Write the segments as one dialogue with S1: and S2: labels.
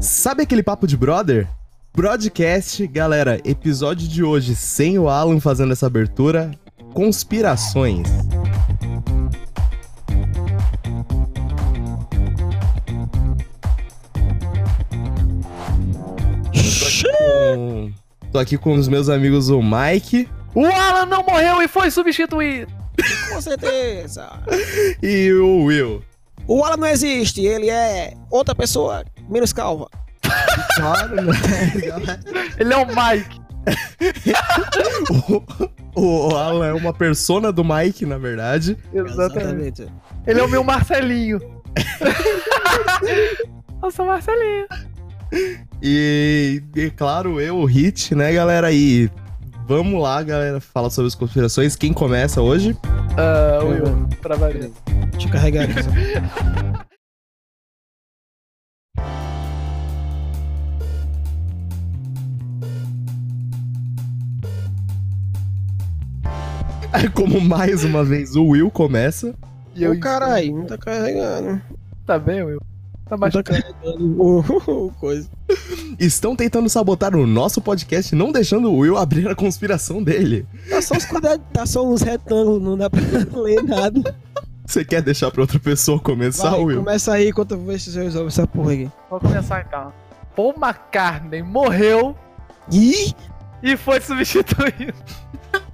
S1: Sabe aquele papo de brother? Broadcast, galera, episódio de hoje sem o Alan fazendo essa abertura, conspirações. Com- Tô aqui com os meus amigos o Mike
S2: O Alan não morreu e foi substituído.
S3: Com certeza.
S1: e o Will.
S3: O Alan não existe, ele é outra pessoa, menos calva.
S1: Claro, né?
S2: Ele é o Mike.
S1: o, o Alan é uma persona do Mike, na verdade.
S2: Exatamente. Ele é o meu Marcelinho. Eu sou Marcelinho.
S1: E, e claro, eu, o Hit, né, galera? E vamos lá, galera, falar sobre as conspirações. Quem começa hoje?
S2: Ah, Will, pra variar.
S3: Deixa eu carregar aqui.
S1: Como mais uma vez o Will começa.
S2: E eu
S3: Ô, caralho, não tá carregando.
S2: Tá bem, Will? Tá
S3: Não tá
S2: machucado.
S3: carregando o, o coisa.
S1: Estão tentando sabotar o nosso podcast, não deixando o Will abrir a conspiração dele.
S3: Tá só uns quadrados, tá só uns retângulos, não dá pra ler nada.
S1: Você quer deixar pra outra pessoa começar,
S3: Vai,
S1: Will?
S3: começa aí enquanto eu vejo se eu resolvo essa porra aqui.
S2: Vou começar então. Paul McCartney morreu
S3: Ih,
S2: e foi substituído.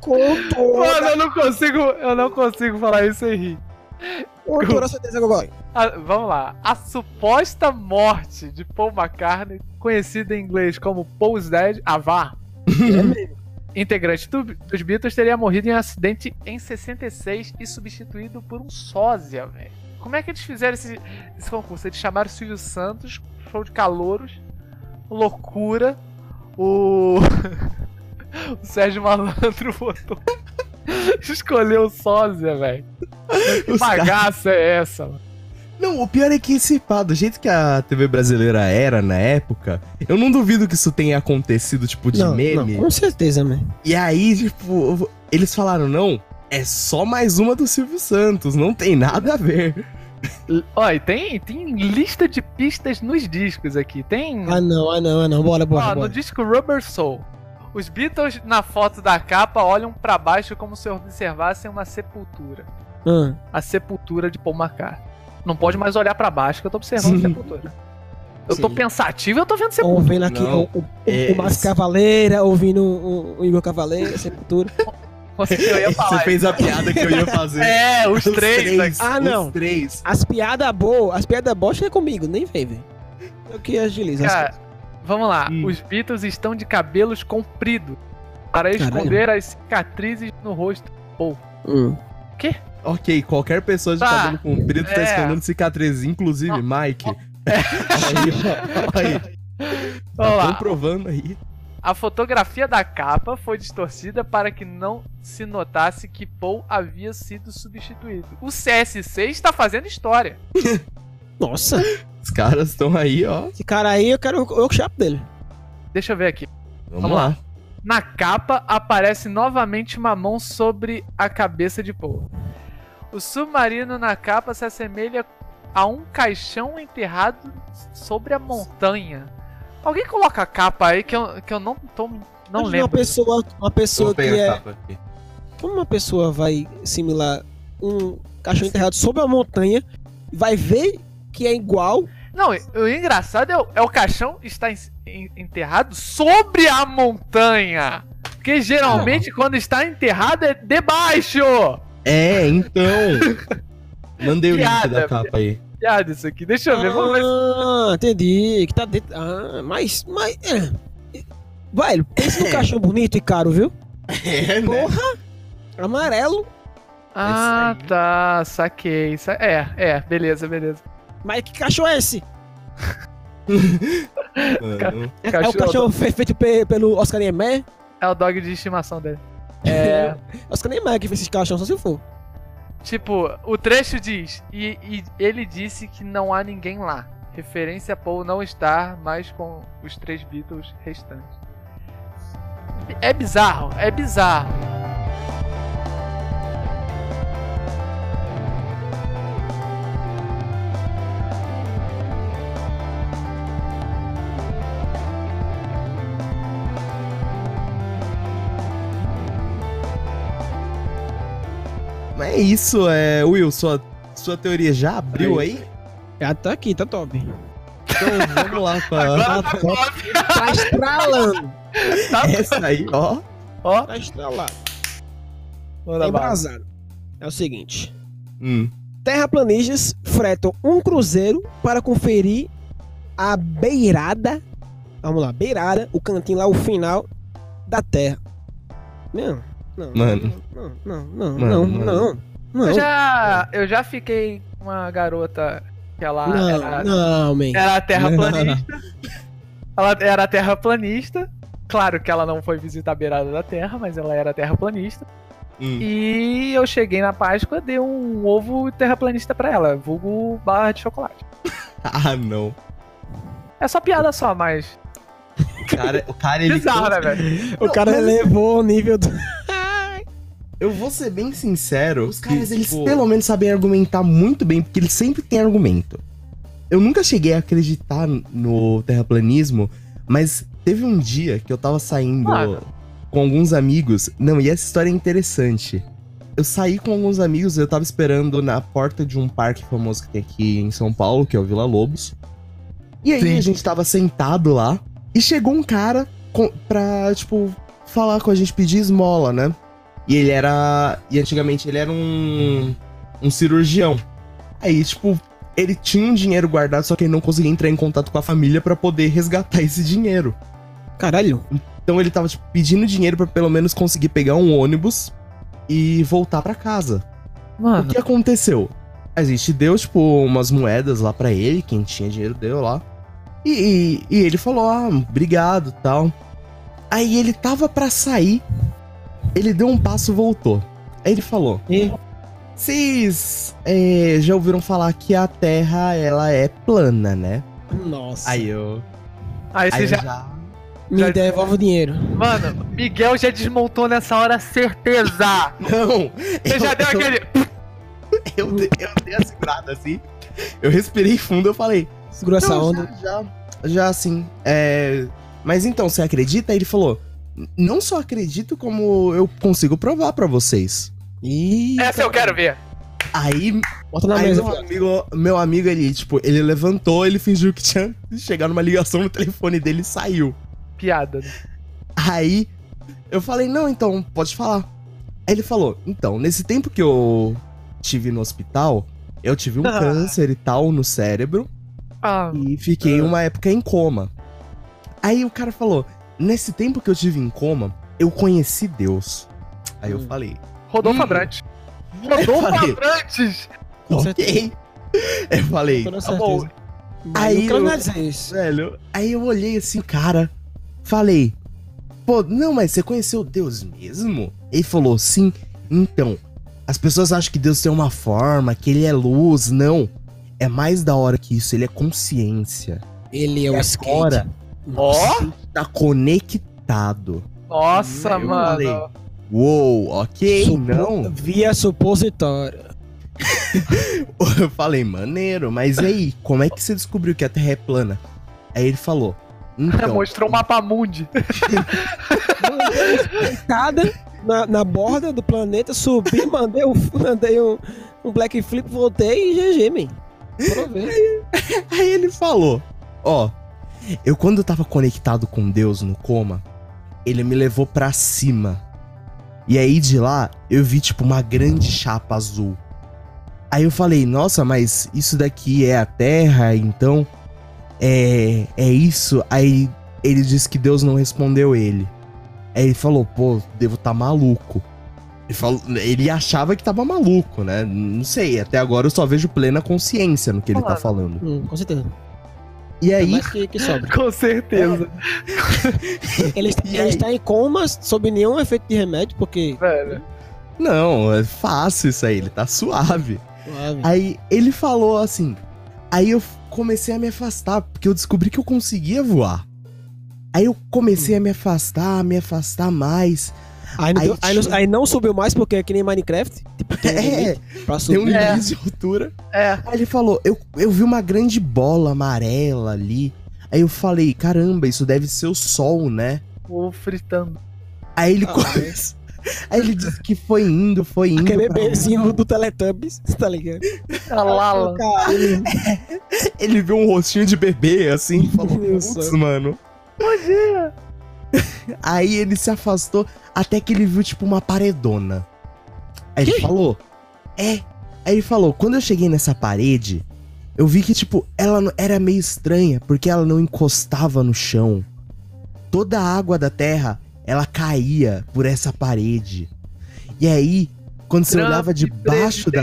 S3: contou.
S2: Mano, eu não consigo, eu não consigo falar isso aí. rir.
S3: Contou a certeza que eu gosto.
S2: Ah, vamos lá. A suposta morte de Paul McCartney, conhecida em inglês como Paul's Dead, Avar,
S3: É
S2: integrante do- dos Beatles, teria morrido em um acidente em 66 e substituído por um sósia, velho. Como é que eles fizeram esse, esse concurso? Eles chamaram o Silvio Santos, show de calouros, loucura, o. o Sérgio Malandro votou. Escolheu o sósia, velho. Que
S1: Os caras-
S2: bagaça é essa, mano?
S1: Não, o pior é que esse pá, do jeito que a TV brasileira era na época, eu não duvido que isso tenha acontecido, tipo, de
S3: Não,
S1: meme.
S3: não, com certeza, né? mano.
S1: E aí, tipo, eles falaram, não, é só mais uma do Silvio Santos, não tem nada a ver.
S2: Ó, e tem, tem lista de pistas nos discos aqui. Tem.
S3: Ah não, ah não, ah não, bora, bora,
S2: ó, no
S3: bora.
S2: disco Rubber Soul. Os Beatles, na foto da capa, olham pra baixo como se observassem uma sepultura.
S3: Ah,
S2: A sepultura de Paul McCartney. Não pode mais olhar pra baixo que eu tô observando
S1: Sim.
S2: a sepultura. Eu tô
S3: Sim.
S2: pensativo e eu tô vendo sepultura.
S3: ouvindo aqui
S1: Não,
S3: o, o,
S1: é-
S3: o Márcio Cavaleira, ouvindo o, o Igor Cavaleira, Sepultura.
S2: Consegui, eu ia
S1: Você
S2: falar.
S1: fez a piada que eu ia fazer.
S2: É, os
S1: Os
S2: três. aqui.
S3: Ah, não.
S1: Os três.
S3: As piadas boas, as piadas boas é comigo, nem vem, velho. Eu que agilizo as
S2: Cara,
S3: coisas.
S2: vamos lá.
S1: Hum.
S2: Os Beatles estão de cabelos compridos para
S3: Caralho.
S2: esconder as cicatrizes no rosto.
S3: Hum.
S1: Ok, qualquer pessoa de
S2: Tá.
S1: cabelo comprido tá
S2: É.
S1: escondendo cicatriz, inclusive Mike. aí, ó, aí,
S2: Vamos
S1: tá
S2: lá.
S1: comprovando aí.
S2: A fotografia da capa foi distorcida para que não se notasse que Paul havia sido substituído. O CSC está fazendo história.
S3: Nossa,
S1: Os caras estão aí, ó.
S3: esse cara aí eu quero o workshop dele.
S2: Deixa eu ver aqui.
S1: Vamos,
S2: Vamos
S1: lá.
S2: Na capa aparece novamente uma mão sobre a cabeça de Paul. O submarino na capa se assemelha a um caixão enterrado sobre a montanha. Alguém coloca a capa aí que eu, que eu não tô. Não
S3: Imagina Uma
S2: lembro.
S3: pessoa, uma pessoa que é.
S1: capa aqui.
S3: Como uma pessoa vai similar um cachorro enterrado sob a montanha, vai ver que é igual.
S2: Não, o engraçado é o, é o caixão estar en- en- enterrado sobre a montanha. Porque geralmente quando está enterrado é debaixo.
S1: É, então. Mandei o link
S2: Piada,
S1: da capa aí.
S2: Piada isso aqui. Deixa eu ver. Vamos ver. se-
S3: Ah, entendi. Que tá dentro. Ah, mas. mas é. Velho, pensa num caixão bonito e caro, viu?
S1: É,
S3: Porra! Amarelo.
S2: Ah,
S1: aí.
S2: tá. Saquei. sa- É, é. Beleza, beleza.
S3: Mas que cachorro é esse?
S1: Mano,
S3: É, é o
S2: Cachorro-
S3: cachorro
S1: tá.
S3: fe- feito pe- pelo Oscar Niemeyer?
S2: É o dog de estimação dele. É.
S3: Oscar Niemeyer que fez esse cachorro, só se for.
S2: Tipo, o trecho diz: e, e ele disse que não há ninguém lá. Referência a Paul não estar mais com os três Beatles restantes. É bizarro, é bizarro.
S1: Mas é isso, é... Will, sua, sua teoria já abriu aí?
S3: Já tá aqui, tá top.
S1: Então vamos lá com a...
S2: Agora tá
S3: tá-
S2: top.
S3: Tá estralando.
S2: Tá
S1: Essa aí, ó.
S2: Ó,
S3: Tá estralando. Tá
S2: manda bala.
S3: embrasado. É o seguinte.
S1: Hum.
S3: Terraplanistas fretam um cruzeiro para conferir a beirada. Vamos lá, beirada, o cantinho lá, o final da Terra. Não, não.
S1: Mano.
S3: Não, não, não,
S1: Mano,
S3: não,
S1: mano.
S3: não. Não,
S2: Eu já, eu já fiquei com uma garota que ela
S3: não,
S2: era,
S3: não, man.
S2: era terraplanista. Ela era terraplanista. Claro que ela não foi visitar a beirada da terra, mas ela era terraplanista.
S1: Hum.
S2: E eu cheguei na Páscoa, dei um ovo terraplanista pra ela, vulgo barra de chocolate.
S1: Ah, não.
S2: É só piada só, mas.
S1: O cara, o cara ele...
S2: Bizarro, né, velho?
S3: O cara
S1: Não, mas-
S3: elevou o nível do.
S1: Eu vou ser bem sincero.
S4: Os caras,
S1: que,
S4: eles
S1: tipo,
S4: pelo
S1: menos sabem argumentar muito bem, porque eles sempre têm argumento. Eu nunca cheguei a acreditar no terraplanismo, mas teve um dia que eu tava saindo
S2: Mano.
S1: com alguns amigos. Não, e essa história é interessante. Eu saí com alguns amigos, eu tava esperando na porta de um parque famoso que tem aqui em São Paulo, que é o Vila Lobos. E aí
S4: Sim.
S1: a gente tava sentado lá e chegou um cara com, pra, tipo, falar com a gente, pedir esmola, né? E ele era. E antigamente ele era um. um cirurgião. Aí, tipo, ele tinha um dinheiro guardado, só que ele não conseguia entrar em contato com a família pra poder resgatar esse dinheiro.
S3: Caralho.
S1: Então ele tava, tipo, pedindo dinheiro pra pelo menos conseguir pegar um ônibus e voltar pra casa. O
S2: Mano,
S1: que aconteceu? A gente deu, tipo, umas moedas lá pra ele, quem tinha dinheiro deu lá. E, e- e ele falou, ah, obrigado tal. Aí ele tava pra sair, ele deu um passo e voltou. Aí ele falou,
S3: E-
S1: vocês é, já ouviram falar que a Terra, ela é plana, né?
S3: Nossa.
S1: Aí eu...
S2: aí
S1: Aí
S2: você
S1: eu
S2: já.
S1: já...
S3: Me
S2: já-
S3: devolve o dinheiro.
S2: Mano, Miguel já desmontou nessa hora, certeza!
S1: Não!
S2: Você
S1: eu-
S2: já deu
S1: eu-
S2: aquele.
S1: Eu, dei- eu dei a segurada assim, eu respirei fundo, eu falei...
S3: Segura essa
S1: Não,
S3: onda.
S1: Então, Já, já, já assim. É... Mas então, você acredita? Ele falou: Não só acredito, como eu consigo provar pra vocês.
S3: Ih.
S2: Essa eu quero ver.
S1: Aí,
S3: Bota na
S1: aí
S3: mesa,
S1: meu,
S3: viado.
S1: amigo, meu amigo, ele, tipo, ele levantou, ele fingiu que tinha chegado uma ligação no telefone dele e saiu.
S2: Piada. né?
S1: Aí eu falei, não, então, pode falar. Aí ele falou, então, nesse tempo que eu tive no hospital, eu tive um
S3: Ah.
S1: câncer e tal no cérebro.
S2: Ah,
S1: E fiquei uma época em coma. Aí o cara falou: Nesse tempo que eu tive em coma, eu conheci Deus. Aí eu
S3: Hum.
S1: falei:
S2: Rodolfo
S1: Hum.
S2: Abrantes. Rodolfo
S1: falei.
S2: Abrantes!
S3: Com
S1: Ok. Eu falei:
S3: Toda
S2: Tá bom.
S3: certeza. Mas
S1: Aí
S3: eu quero
S1: eu-
S3: mais dizer isso.
S1: Velho. Aí eu olhei assim, cara. Falei: Pô, não, mas você conheceu Deus mesmo? Ele falou: Sim. Então, as pessoas acham que Deus tem uma forma, que ele é luz. Não. É mais da hora que isso, ele é consciência.
S3: Ele é o
S1: É
S3: skate.
S1: agora.
S2: Ó!
S1: Tá conectado.
S2: Nossa,
S1: Eu
S2: mano.
S1: falei. Uou, ok,
S3: Supo-
S1: não.
S3: Via supositório.
S1: Eu falei, maneiro, mas e aí, como é que você descobriu que a Terra é plana? Aí ele falou, então,
S2: Mostrou o mapa mundi.
S3: Cada na, na borda do planeta, subi, mandei um, mandei um, um black flip, voltei e GG, man. Provei.
S1: aí ele falou, ó, eu quando eu tava conectado com Deus no coma, ele me levou pra cima. E aí de lá, eu vi tipo uma grande chapa azul. Aí eu falei, nossa, mas isso daqui é a Terra, então é, é isso? Aí ele disse que Deus não respondeu ele. Aí ele falou, pô, devo estar maluco. Ele, falou, ele achava que tava maluco, né? Não sei, até agora eu só vejo plena consciência no que ele tá
S2: Claro.
S1: falando.
S3: Hum, com certeza.
S1: E
S3: É
S1: aí,
S3: mais que, que sobra.
S2: Com certeza,
S3: Ele, está-
S1: E
S3: ele
S1: aí?
S3: está em coma sob nenhum efeito de remédio, porque.
S2: É, velho.
S1: não, é fácil isso aí, ele tá suave.
S3: Suave.
S1: Aí ele falou assim. Aí eu comecei a me afastar, porque eu descobri que eu conseguia voar. Aí eu comecei a me afastar, me afastar mais.
S3: Aí não,
S1: aí
S3: deu- aí não-
S1: tinha-
S3: aí não subiu mais, porque é que nem Minecraft. Tipo, tem né? um
S1: É,
S3: limite pra
S1: tem um
S3: subir.
S1: limite de altura.
S2: É.
S1: Aí ele falou: eu, eu vi uma grande bola amarela ali. Aí eu falei: caramba, isso deve ser o sol, né?
S2: O fritando.
S1: Aí ele
S3: Ah,
S1: começou. Aí ele disse que foi indo, foi indo.
S3: Aquele é
S1: pra-
S3: bebezinho do Teletubbies, tá ligado?
S1: É.
S2: A Lala.
S3: Caralho.
S1: Ele viu um rostinho de bebê, assim, e falou,
S3: Meu
S1: putz,
S3: sonho."
S1: mano. Aí ele se afastou até que ele viu, tipo, uma paredona. Aí ele
S3: Que?
S1: falou, é. Aí ele falou, quando eu cheguei nessa parede, eu vi que, tipo, ela não- era meio estranha, porque ela não encostava no chão. Toda a água da terra, ela caía por essa parede. E aí, quando você
S2: Trump,
S1: olhava debaixo da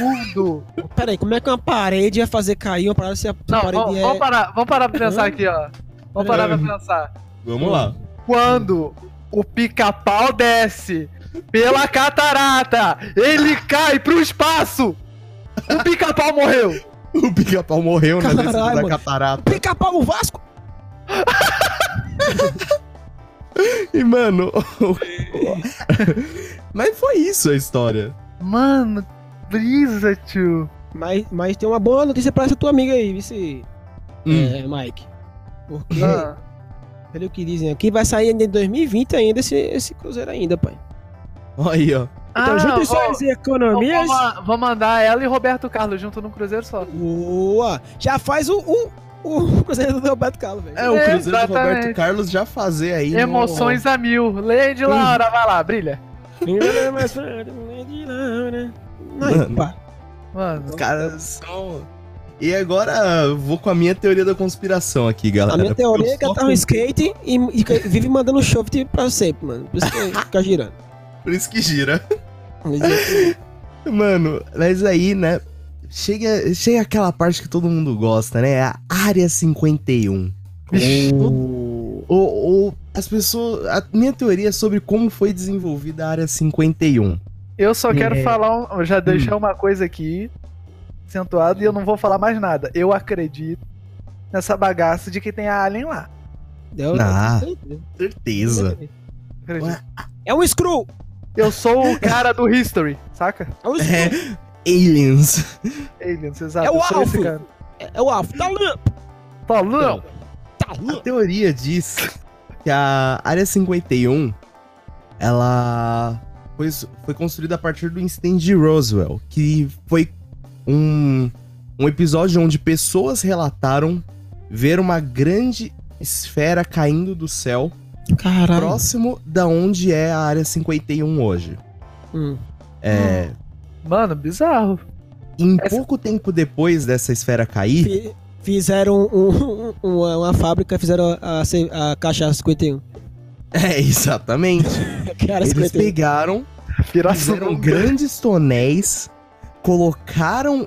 S2: Mundo.
S3: Peraí, como é que uma parede ia fazer cair uma parada se a
S2: Não,
S3: parede
S2: vamos,
S3: é...
S2: vamos parar, vamos parar pra pensar
S3: Hã?
S2: aqui, ó. Vamos parar pra pensar.
S1: Vamos lá.
S2: Quando o pica-pau desce pela catarata, ele cai pro espaço! O pica-pau morreu!
S1: O pica-pau morreu na
S3: Caralho,
S1: descida da
S3: mano.
S1: catarata.
S3: Pica-pau no Vasco?
S1: E, mano. o- Mas foi isso a história.
S2: Mano, brisa, tio.
S3: Mas, mas tem uma boa notícia pra essa tua amiga aí, vice.
S1: Hum.
S3: É, Mike. Porque,
S2: Ah,
S3: pelo que dizem aqui, vai sair ainda em 2020 ainda esse, esse cruzeiro ainda, pai.
S1: Olha aí, ó.
S3: Então,
S2: Ah,
S3: junto
S2: vou-
S3: só as economias.
S2: vou, vou mandar ela e Roberto Carlos junto num cruzeiro só.
S3: Boa! Já faz o, o, o cruzeiro do Roberto Carlos, velho.
S1: É, o Cruzeiro do Roberto
S2: Exatamente.
S1: Carlos já fazer aí. no-
S2: Emoções a mil. Lady Laura, vai lá, brilha.
S3: é Aí, né? pá.
S2: Mano,
S1: Os caras
S2: Então,
S1: são. E agora eu vou com a minha teoria da conspiração aqui, galera.
S3: A minha teoria é que
S1: Eu um
S3: ela
S1: só
S3: tá no skate e, e que vive mandando choft pra sempre, mano. Por isso que fica girando.
S1: Por isso que gira.
S3: Mas, é,
S1: Mano, mas aí, né? Chega, chega aquela parte que todo mundo gosta, né? A Área 51.
S3: o-
S1: ou, ou as pessoas. A minha teoria é sobre como foi desenvolvida a área 51.
S2: eu só quero
S1: É.
S2: falar, um, já
S3: Hum.
S2: deixar uma coisa aqui acentuada e eu não vou falar mais nada. Eu acredito nessa bagaça de que tem a Alien lá.
S3: Deu,
S1: Ah, Certeza.
S2: Acredito.
S1: Ué.
S3: É um screw!
S2: Eu sou o cara do History, saca?
S3: É um screw!
S1: É. Aliens.
S2: Aliens, exato.
S3: É o
S2: eu sou esse
S3: Alf.
S2: cara.
S3: É, é o Alf. Tá lampo!
S2: Tá, não.
S3: Tá
S1: Então, A
S3: lampo!
S1: teoria diz que a área 51 ela foi, foi construída a partir do incidente de Roswell, que foi um, um episódio onde pessoas relataram ver uma grande esfera caindo do céu
S3: Caralho.
S1: próximo da onde é a área 51 hoje.
S3: Hum.
S1: É,
S2: Mano, bizarro.
S1: Em
S2: Essa-
S1: pouco tempo depois dessa esfera cair,
S3: Fi- Fizeram um- um- uma, uma fábrica, fizeram a, a, a caixa 51.
S1: é exatamente.
S3: Cara,
S1: Eles
S3: 51.
S1: pegaram, fizeram
S2: Viração.
S1: grandes tonéis, colocaram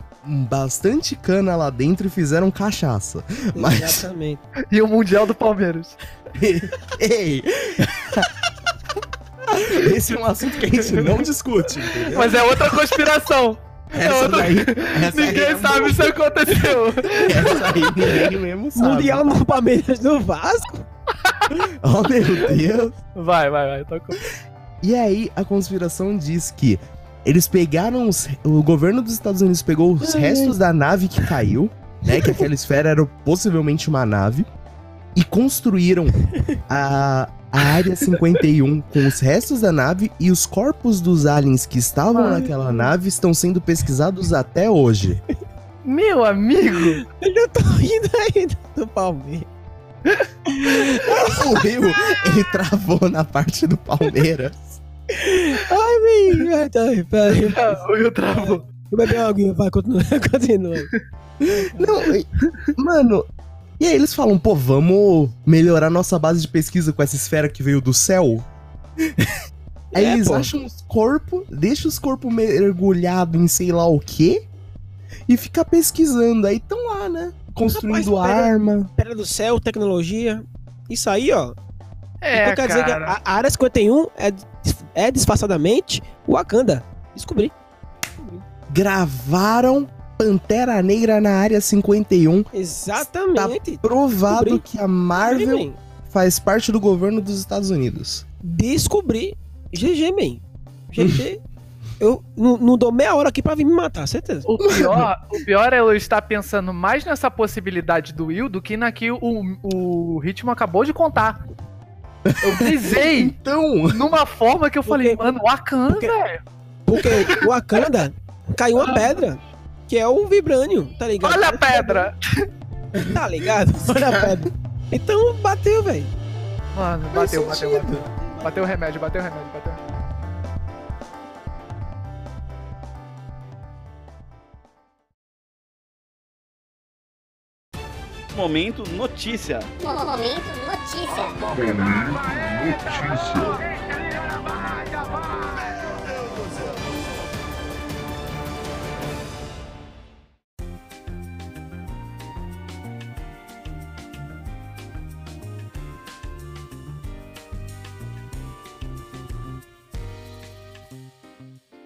S1: bastante cana lá dentro e fizeram cachaça. mas-
S3: Exatamente.
S2: E o Mundial do Palmeiras.
S1: Ei! Esse é um assunto que a gente não discute, entendeu?
S2: Mas é outra conspiração. é
S1: essa
S2: outra-
S1: daí, essa
S2: Ninguém
S3: é
S1: daí,
S2: sabe se aconteceu.
S1: Essa aí ninguém mesmo sabe.
S3: Mundial no Palmeiras do Vasco?
S1: Oh, meu Deus.
S2: Vai, vai, vai. Tô com...
S1: E aí, a conspiração diz que eles pegaram os. O governo dos Estados Unidos pegou os
S3: Ai,
S1: restos da nave que caiu, né? Que aquela esfera era possivelmente uma nave. E construíram a, a Área 51 com os restos da nave e os corpos dos aliens que estavam
S2: Ai.
S1: naquela nave estão sendo pesquisados até hoje.
S2: Meu amigo!
S3: Eu já tô rindo ainda do Palmeiras.
S1: O Rio, ele travou na parte do Palmeiras.
S3: Ai, meu Deus. Peraí, peraí.
S2: Ah, O Rio travou.
S3: Eu bebi uma aguinha, vai, continua, continua.
S1: Não, e- mano. E aí eles falam, pô, vamos melhorar nossa base de pesquisa com essa esfera que veio do céu. Aí
S3: É,
S1: eles
S3: pô.
S1: acham os corpos, deixam os corpos mergulhados em sei lá o quê e fica pesquisando. Aí estão lá, né? Construindo
S3: Rapaz, pega-
S1: arma.
S3: Pedra do céu, tecnologia. Isso aí, ó.
S2: É,
S3: então quer dizer que
S2: cara.
S3: a, a Área 51 é, dis- é disfarçadamente Wakanda. Descobri.
S1: Gravaram Pantera Negra na área 51.
S3: Exatamente.
S1: Provado
S3: Descobri.
S1: que a Marvel
S3: Descobri, man.
S1: faz parte do governo dos Estados Unidos.
S3: Descobri. GG, man. GG. Eu não, não dou meia hora aqui pra vir me matar, certeza.
S2: O pior, o pior é eu estar pensando mais nessa possibilidade do Will do que na que o, o ritmo acabou de contar. Eu brisei
S1: Então,
S2: numa forma que eu falei,
S3: Porque-
S2: mano, Wakanda,
S3: porque-
S2: velho.
S3: Porque o Wakanda caiu uma pedra, que é o Vibranium, tá ligado?
S2: Olha a pedra.
S3: Tá ligado? Olha a pedra. Então bateu, velho.
S2: Mano,
S3: Faz
S2: bateu, bateu,
S3: sentido.
S2: bateu. Bateu o remédio, bateu o remédio, bateu o remédio.
S4: Momento notícia.
S5: Momento notícia.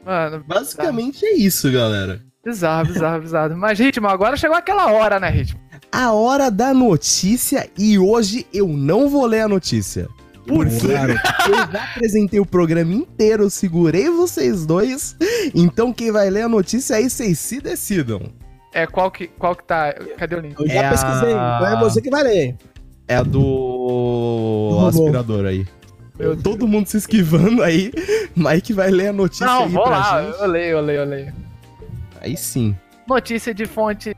S2: Mano,
S1: basicamente é isso, galera.
S2: bizarro, bizarro, bizarro. Mas, Ritmo, agora chegou aquela hora, né, Ritmo?
S1: A hora da notícia e hoje eu não vou ler a notícia. Por quê? Eu já apresentei o programa inteiro, eu segurei vocês dois. Então quem vai ler a notícia aí vocês se decidam.
S2: É, qual que, qual que tá... Cadê o link?
S3: Eu já
S1: É a-
S3: pesquisei, não é você que vai ler.
S1: É a do
S3: robô.
S1: aspirador aí. Todo mundo se esquivando aí. Mike vai ler a notícia
S2: Não,
S1: aí
S2: vou
S1: pra
S2: lá,
S1: gente.
S2: eu leio, eu leio, eu leio.
S1: Aí sim.
S2: Notícia de fonte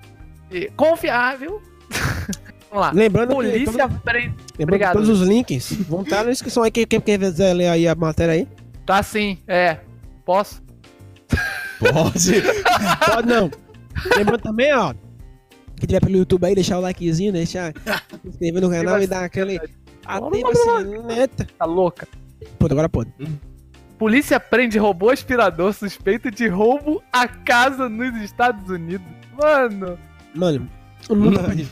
S2: eh, confiável. Vamos lá.
S3: Lembrando que, todo-
S2: Polícia prende...
S3: lembrando que
S2: Obrigado.
S3: todos os links vão estar na descrição aí. Quem, quem quiser ler aí a matéria aí,
S2: Tá sim, é. Posso?
S1: Pode.
S3: pode não. Lembrando também, ó, que tiver pelo YouTube aí, deixar o likezinho, deixar se inscrever no canal e dar aquele. Ativa sineta.
S2: Tá louca.
S3: Pronto, agora pode.
S2: Polícia prende robô aspirador suspeito de roubo a casa nos Estados Unidos. Mano,
S3: Mano, o mundo tá
S1: Não,
S3: perdido.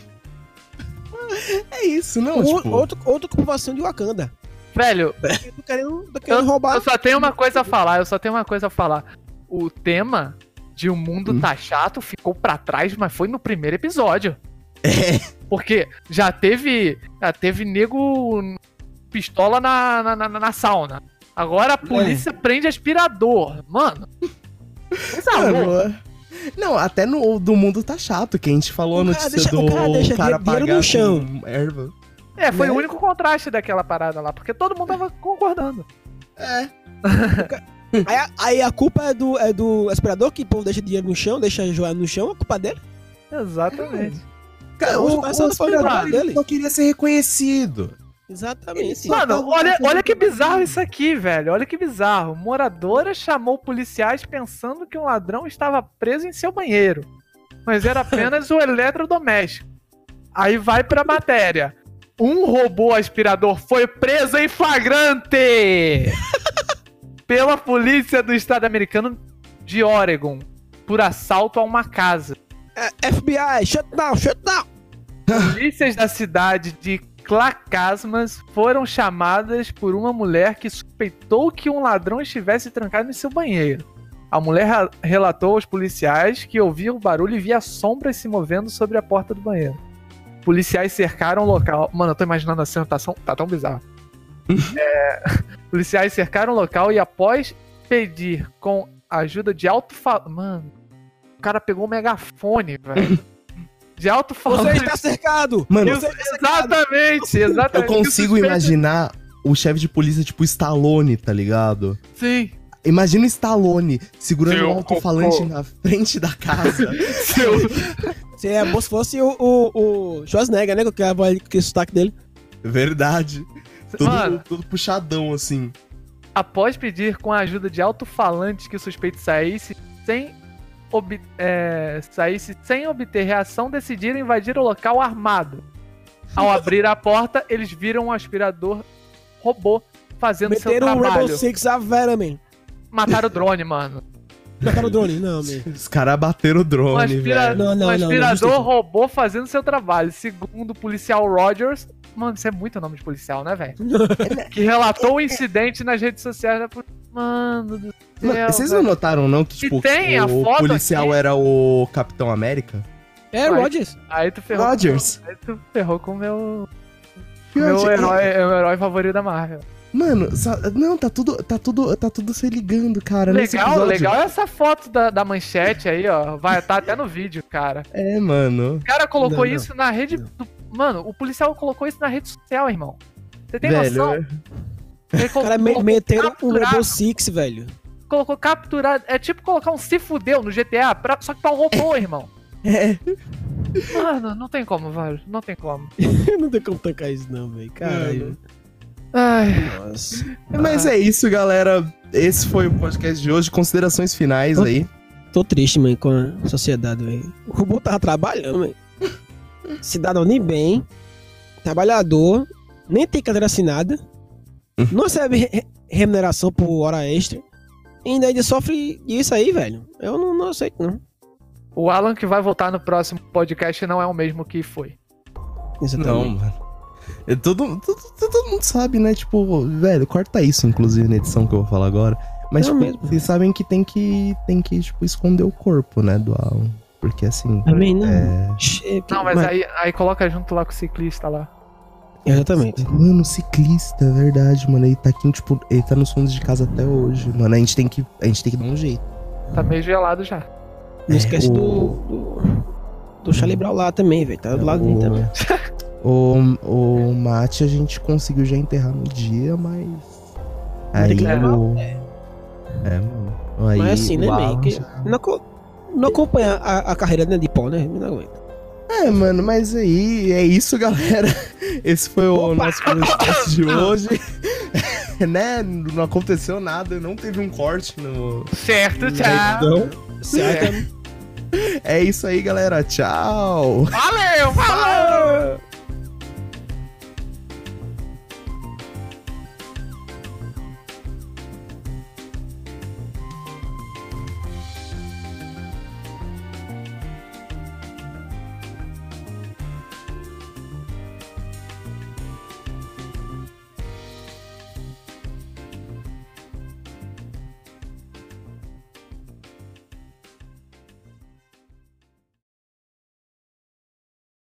S1: é isso, não,
S3: Ou-
S1: tipo...
S3: outro, outra comprovação de Wakanda.
S2: velho,
S3: Eu tô querendo, tô querendo
S2: eu
S3: roubar.
S2: só tenho uma coisa a falar, eu só tenho uma coisa a falar. O tema de O Mundo
S1: Hum.
S2: Tá Chato ficou pra trás, mas foi no primeiro episódio.
S1: É,
S2: Porque já teve. Já teve nego pistola na, na, na, na sauna. Agora
S1: É.
S2: a polícia prende aspirador. Mano. Coisa louca.
S1: mano, Não, até no do mundo tá chato, que a gente falou a
S3: O cara
S1: notícia
S3: deixa-
S1: do
S3: o cara deixa dinheiro no
S1: com
S3: chão.
S1: erva.
S2: É, foi
S3: né?
S2: o único contraste daquela parada lá, porque todo mundo tava concordando.
S1: É.
S3: Aí, a- aí a culpa é do, é do aspirador que o povo deixa dinheiro no chão, deixa joia no chão, a culpa dele.
S2: Exatamente.
S1: Cara,
S3: Os
S1: o, o,
S3: parceiros foram
S1: aspirador,
S3: dele.
S1: ele só queria ser reconhecido.
S3: Exatamente.
S2: Mano,
S1: tava
S2: olha,
S1: pensando
S2: olha que
S1: em tudo.
S2: bizarro isso aqui, velho. Olha que bizarro. Moradora chamou policiais pensando que um ladrão estava preso em seu banheiro. Mas era apenas o eletrodoméstico. Aí vai pra matéria. Um robô aspirador foi preso em flagrante pela polícia do estado americano de Oregon por assalto a uma casa.
S3: É, FBI, shutdown, shutdown.
S2: Polícias da cidade de Clacasmas foram chamadas por uma mulher que suspeitou que um ladrão estivesse trancado em seu banheiro. A mulher ra- relatou aos policiais que ouvia o barulho e via sombras se movendo sobre a porta do banheiro. Policiais cercaram o local. Mano, eu tô imaginando a cena, tá, só- tá tão bizarro. É, Policiais cercaram o local e após pedir com a ajuda de alto-falante. Mano, o cara pegou o megafone, velho. De
S3: Você
S2: alto-falante.
S3: está tá cercado.
S1: Mano,
S3: você está cercado.
S2: Exatamente,
S1: eu
S2: exatamente.
S1: consigo
S2: Suspeito-
S1: imaginar o chefe de polícia tipo Stallone, tá ligado?
S2: Sim.
S1: Imagina o Stallone segurando
S2: Seu
S1: um alto-falante
S2: cocô.
S1: na frente da casa.
S3: Se é bom se fosse o, o, o Schwarzenegger, né? Com aquela voz, com o sotaque dele.
S1: Verdade. Tudo,
S2: Mano,
S1: tudo puxadão, assim.
S2: após pedir com a ajuda de alto-falantes que o suspeito saísse sem, ob- é, saísse sem obter reação, decidiram invadir o local armado. Ao abrir a porta, eles viram um aspirador robô fazendo seu
S1: um
S3: Meteram o
S2: trabalho.
S3: Rainbow Six a Vera, man.
S2: Mataram o drone, mano.
S3: Mataram o drone. Não, man.
S1: Os caras bateram o
S2: Um,
S1: drone,
S2: aspira-
S1: velho.
S3: Não, não,
S2: um
S3: não, não,
S2: aspirador
S3: justifica.
S2: robô fazendo seu trabalho. Segundo o policial Rogers. Mano, isso é muito nome de policial, né, velho? que relatou o incidente nas redes sociais. Né? Mano do céu.
S1: Mano, vocês não
S2: velho.
S1: notaram, não, que,
S2: Se
S1: tipo,
S2: tem a
S1: o
S2: foto
S1: policial
S2: aqui-
S1: era o Capitão América?
S3: É,
S2: Vai.
S3: Rogers.
S2: Aí tu ferrou.
S1: Rogers.
S2: Aí tu ferrou com o meu. Meu
S1: Rogers.
S2: herói, é o herói favorito da Marvel.
S1: Mano, sa- não, tá tudo, tá tudo, tá tudo se ligando, cara. nesse
S2: Legal,
S1: episódio.
S2: legal é essa foto da, da manchete aí, ó. Vai estar até no vídeo, cara.
S1: É, mano.
S2: O cara colocou
S3: Não, não.
S2: isso na rede. do- Mano, o policial colocou isso na rede social, irmão. Você tem
S1: Velho, é
S2: noção?
S1: eu-
S2: Ele
S3: O é. cara me
S2: colocou
S3: meteram um o
S2: capturado.
S3: Rainbow Six, velho.
S2: colocou capturado. É tipo colocar um se fudeu no GTA, pra- só que pra um robô, irmão.
S3: É,
S2: Mano, não tem como, velho. Não tem como.
S3: não tem como tancar isso, não, velho. Caralho.
S2: Ai,
S3: Nossa.
S1: Mas é isso, galera. Esse foi o podcast de hoje. Considerações finais aí.
S3: Tô triste, mãe, com a sociedade, velho. O robô tava trabalhando, velho. Cidadão nem bem. Trabalhador. Nem tem cadeira assinada. Não recebe re- remuneração por hora extra. E ainda ainda sofre disso aí, velho. Eu não, não aceito, não.
S2: o Alan que vai voltar no próximo podcast não é o mesmo que foi.
S1: Não, mano. É, Todo, todo, todo mundo sabe, né? Tipo, velho, corta isso, inclusive, na edição que eu vou falar agora. Mas,
S3: Não
S1: tipo,
S3: mesmo.
S1: vocês sabem que tem que, tem que tipo, esconder o corpo, né, do Alan. Porque, assim,
S3: Também não.
S1: é...
S3: Che-
S2: Não, mas aí, aí coloca junto lá com o ciclista lá.
S3: Exatamente.
S1: Mano, ciclista, é verdade, mano. Ele tá aqui, tipo, ele tá nos fundos de casa até hoje, mano. A gente tem que, a gente tem que dar um jeito.
S2: Tá meio gelado já.
S3: Não esquece
S1: É, o-
S3: do, do. Do Charlie Brown lá também, velho.
S1: É
S3: Tá do lado dele também.
S1: O, o mate a gente conseguiu já enterrar no dia, mas...
S3: Mas tem
S1: Aí
S3: que levar,
S1: o... né? É, mano. Aí,
S3: Mas assim, né,
S1: o
S3: man?
S1: Alan
S3: Que
S1: já-
S3: não, aco- não acompanha a, a carreira né, de pau, né? Não aguento.
S1: É, mano, mas aí é isso, galera. Esse foi o nosso podcast de hoje. né? Não aconteceu nada, não teve um corte no.
S2: Certo,
S1: na
S2: tchau.
S1: edição.
S3: Certo?
S1: É isso aí, galera. Tchau.
S2: Valeu, falou!